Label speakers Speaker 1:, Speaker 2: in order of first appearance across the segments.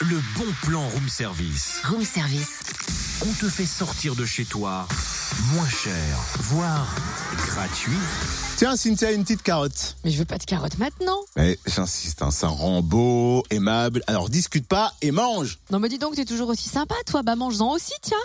Speaker 1: Le bon plan room service.
Speaker 2: Room service.
Speaker 1: On te fait sortir de chez toi moins cher, voire gratuit.
Speaker 3: Tiens, Cynthia, une petite carotte.
Speaker 2: Mais je veux pas de carottes maintenant.
Speaker 3: Mais j'insiste, hein, ça rend beau, aimable. Alors discute pas et mange.
Speaker 2: Non mais dis donc, t'es toujours aussi sympa, toi. Bah mange-en aussi, tiens.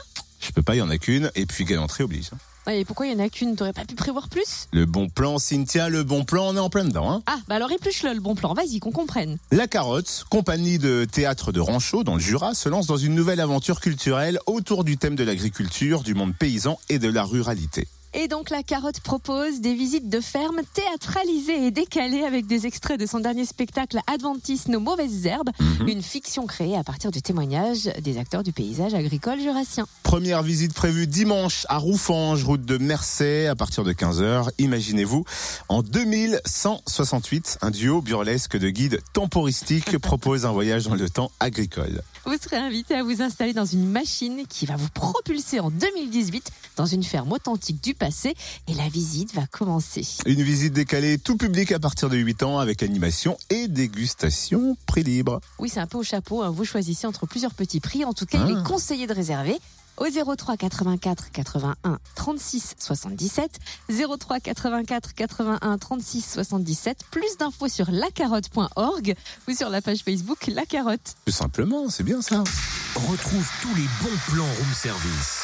Speaker 3: Je peux pas, il y en a qu'une. Et puis galanterie oblige. hein.
Speaker 2: Ouais, et pourquoi il y en a qu'une T'aurais pas pu prévoir plus
Speaker 3: Le bon plan, Cynthia, le bon plan, on est en plein dedans. hein.
Speaker 2: Ah, bah alors épluche-le, le bon plan. Vas-y, qu'on comprenne.
Speaker 3: La Carotte, compagnie de théâtre de Rancho dans le Jura, se lance dans une nouvelle aventure culturelle autour du thème de l'agriculture, du monde paysan et de la ruralité.
Speaker 2: Et donc la carotte propose des visites de fermes théâtralisées et décalées avec des extraits de son dernier spectacle Adventis nos mauvaises herbes, une fiction créée à partir du témoignage des acteurs du paysage agricole jurassien.
Speaker 3: Première visite prévue dimanche à Rouffange, route de Mercey, à partir de 15h. Imaginez-vous, en 2168, un duo burlesque de guides temporistiques propose un voyage dans le temps agricole.
Speaker 2: Vous serez invité à vous installer dans une machine qui va vous propulser en 2018 dans une ferme authentique du passé et la visite va commencer.
Speaker 3: Une visite décalée, tout public à partir de 8 ans, avec animation et dégustation, prix libre.
Speaker 2: Oui, c'est un peu au chapeau. hein. Vous choisissez entre plusieurs petits prix. En tout cas, il
Speaker 3: Ah.
Speaker 2: est conseillé de réserver au 03 84 81 36 77. 03 84 81 36 77. Plus d'infos sur lacarotte.org ou sur la page Facebook La Carotte.
Speaker 3: Tout simplement, c'est bien ça.
Speaker 1: Retrouve tous les bons plans room service.